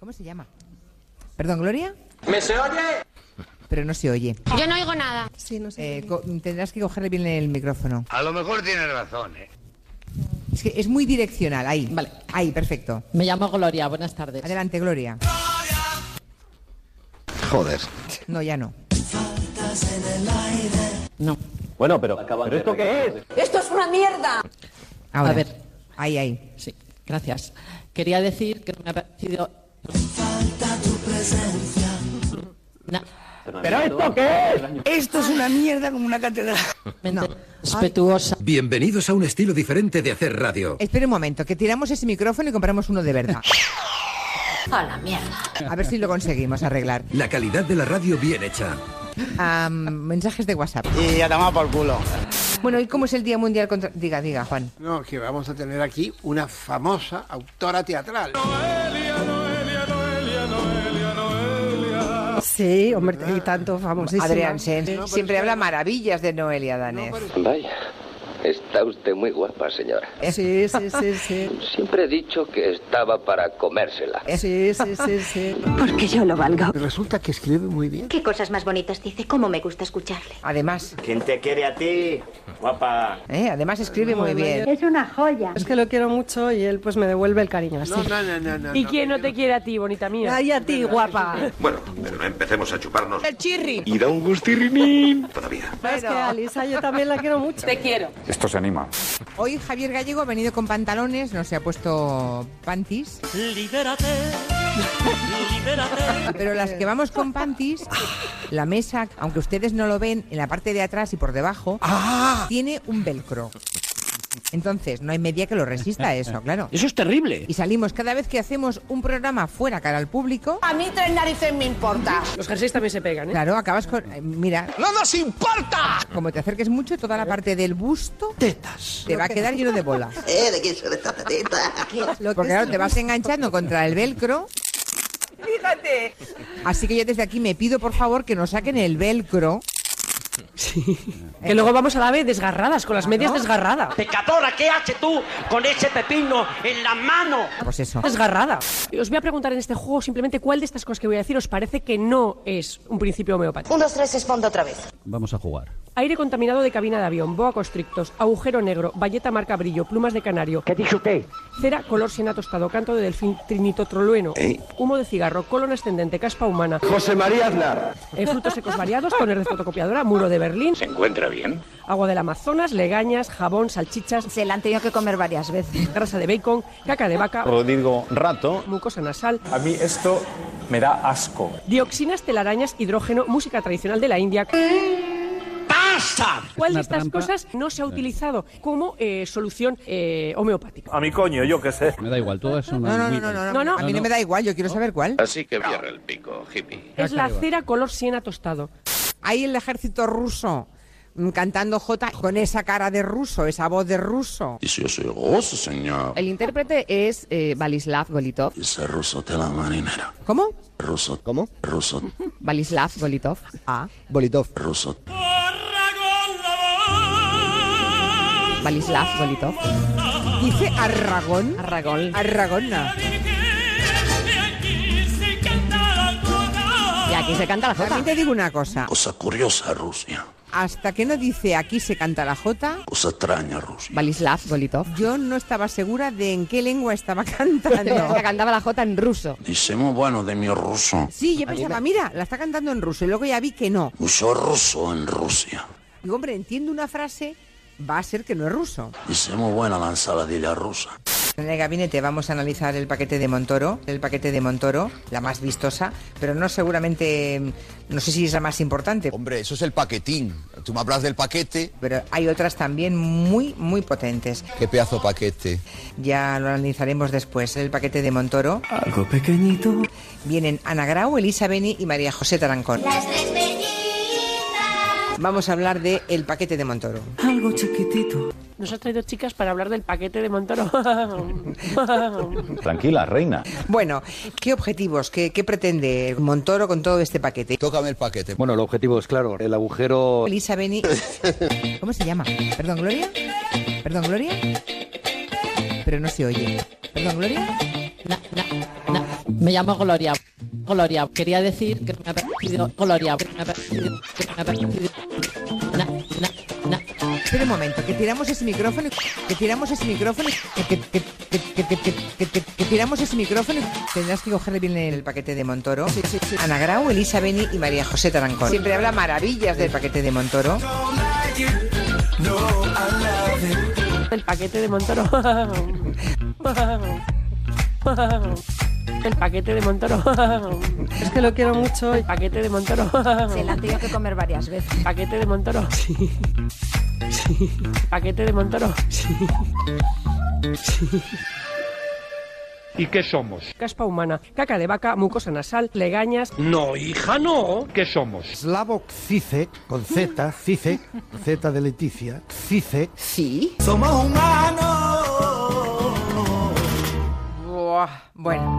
¿Cómo se llama? Perdón, Gloria, ¿Me se oye? pero no se oye. Yo no oigo nada. Sí, no sé. Eh, co- tendrás que cogerle bien el micrófono. A lo mejor tienes razón, ¿eh? Es que es muy direccional, ahí. Vale. Ahí, perfecto. Me llamo Gloria, buenas tardes. Adelante, Gloria. Joder. No, ya no. No. Bueno, pero, ¿pero esto qué es? ¡Esto es una mierda! Ahora. A ver. Ahí, ahí. Sí, gracias. Quería decir que no me ha parecido. Na- ¿Pero esto qué es? Esto es una mierda como una catedral. mente No. respetuosa. Bienvenidos a un estilo diferente de hacer radio. Espera un momento, que tiramos ese micrófono y compramos uno de verdad. ¡A la mierda! A ver si lo conseguimos arreglar. La calidad de la radio bien hecha. Am, mensajes de WhatsApp. Y a tomar por culo. Bueno, ¿y cómo es el Día Mundial contra...? Diga, diga, Juan. No, que vamos a tener aquí una famosa autora teatral. Sí, hombre, y tanto famosísima. Adrián Sens. No, pero Siempre es que- habla maravillas de Noelia Danés. Vaya, está usted muy guapa, señora. Sí, sí, sí, sí. Siempre he dicho que estaba para comérsela. Sí, sí, sí, sí. Porque yo lo valgo. Resulta que escribe muy bien. Qué cosas más bonitas dice, cómo me gusta escucharle. Además, ¿Quién te quiere a ti, guapa? ¿eh? además escribe muy bien. Es una joya. Es que lo quiero mucho y él pues me devuelve el cariño así. No, no, no, no, no. ¿Y no, quién no te no. quiere a ti, bonita mía? Ay, a ti, guapa. Bueno, pero no empecemos a chuparnos Y da un gustirrinín. todavía. Es que a Lisa yo también la quiero mucho. Esto se anima. Hoy Javier Gallego ha venido con pantalones, no se ha puesto panties. Pero las que vamos con panties, la mesa, aunque ustedes no lo ven, en la parte de atrás y por debajo, Ah. tiene un velcro. Entonces, no hay media que lo resista a eso, claro. Eso es terrible. Y salimos cada vez que hacemos un programa fuera cara al público, A mí tres narices me importa. Los jerseys también se pegan, ¿eh? claro, acabas con... eh, Mira, ¡No nos importa! como te acerques mucho, toda la parte del busto Tetas. te va a quedar lleno de bolas. ¿Eh? ¿De quién son estas tetitas? Lo que Porque es- claro, te vas enganchando contra el velcro. Fíjate. Así que yo desde aquí me pido por favor que nos saquen el velcro. Que luego vamos a la vez desgarradas, con las medias desgarradas. Pecadora, ¿qué haces tú con ese pepino en la mano? Pues eso. Desgarrada. Os voy a preguntar en este juego simplemente cuál de estas cosas que voy a decir os parece que no es un principio homeopático. Un, dos, tres, esponda otra vez. Vamos a jugar. Aire contaminado de cabina de avión, boa constrictos, agujero negro, valleta marca brillo, plumas de canario. ¿Qué dice usted? Cera, color siena tostado, canto de delfín, trinitotrolueno, humo de cigarro, colon ascendente, caspa humana, José María Aznar. eh, frutos secos variados, toner de fotocopiadora, muro de Berlín, ¿Se encuentra bien? agua del Amazonas, legañas, jabón, salchichas, Se la han tenido que comer varias veces. grasa de bacon, caca de vaca, Rodrigo Rato. mucosa nasal, A mí esto me da asco. dioxinas, telarañas, hidrógeno, música tradicional de la India. ¡Basta! ¿Cuál de estas cosas no se ha utilizado como eh, solución eh, homeopática? A mi coño, yo qué sé. Me da igual, todo eso No, no, no, no, no, No, no. A mí no me da igual, yo quiero saber cuál. Así que cierra el pico, Ah, hippie. Es la cera color siena tostado. Ahí el ejército ruso mm, cantando J con esa cara de ruso, esa voz de ruso. Y si yo soy gozo, señor. El intérprete es Balislav Golitov. Ese ruso de la marinera. ¿Cómo? Ruso. ¿Cómo? Ruso. Balislav Golitov. Ah. Bolitov. Ruso. Balislav Golitov. Dice Arragón. Arragón. Arragona. Y aquí se canta la jota. También te digo una cosa. Cosa curiosa, Rusia. Hasta que no dice aquí se canta la J, Cosa extraña, Rusia. Balislav Golitov. yo no estaba segura de en qué lengua estaba cantando. Se cantaba la jota en ruso. Dice muy bueno de mi ruso. Sí, yo pensaba, mira, la está cantando en ruso y luego ya vi que no. Mucho ruso en Rusia. Digo, hombre, entiendo una frase, va a ser que no es ruso. Dice muy buena la ensaladilla rusa. En el gabinete vamos a analizar el paquete de Montoro, el paquete de Montoro, la más vistosa, pero no seguramente, no sé si es la más importante, Hombre, eso es el paquetín. Tú me hablas del paquete. pero hay otras también muy, muy potentes. ¿Qué pedazo de paquete? Ya lo analizaremos después, el paquete de Montoro. Algo pequeñito. Vienen Ana Grau, Elisa Beni y María José Tarancón. Vamos a hablar de el paquete de Montoro. Nos has traído chicas para hablar del paquete de Montoro. Tranquila, reina. Bueno, ¿qué objetivos, qué, qué pretende Montoro con todo este paquete? Tócame el paquete. Bueno, el objetivo es claro, el agujero... Elisa Beni. ¿Cómo se llama? ¿Perdón, Gloria? ¿Perdón, Gloria? Pero no se oye. ¿Perdón, Gloria? Na- na- na- Me llamo Gloria. Gloria. Quería decir que me ha parecido. Gloria. Que me ha parecido. Que me ha parecido. Na, na, na. Espera un momento, que tiramos ese micrófono, que tiramos ese micrófono, que, que, que, que, que, que, que, que, que- que tiramos ese micrófono. Tendrás que cogerle bien el paquete de Montoro. Ana Grau, Elisa Beni y María José Tarancón. Siempre habla maravillas del paquete de Montoro. El paquete de Montoro. El paquete de Montoro. Es que lo quiero mucho. El paquete de Montoro. Se la han tenido que comer varias veces. Paquete de Montoro. Sí. Sí. Paquete de Montoro. Sí. ¿Y qué somos? Caspa humana, caca de vaca, mucosa nasal, legañas. No, hija, no. ¿Qué somos? Slavo Cice, con Z, Cice, Z de Leticia, Cice. Sí. Somos humanos. Buah, bueno.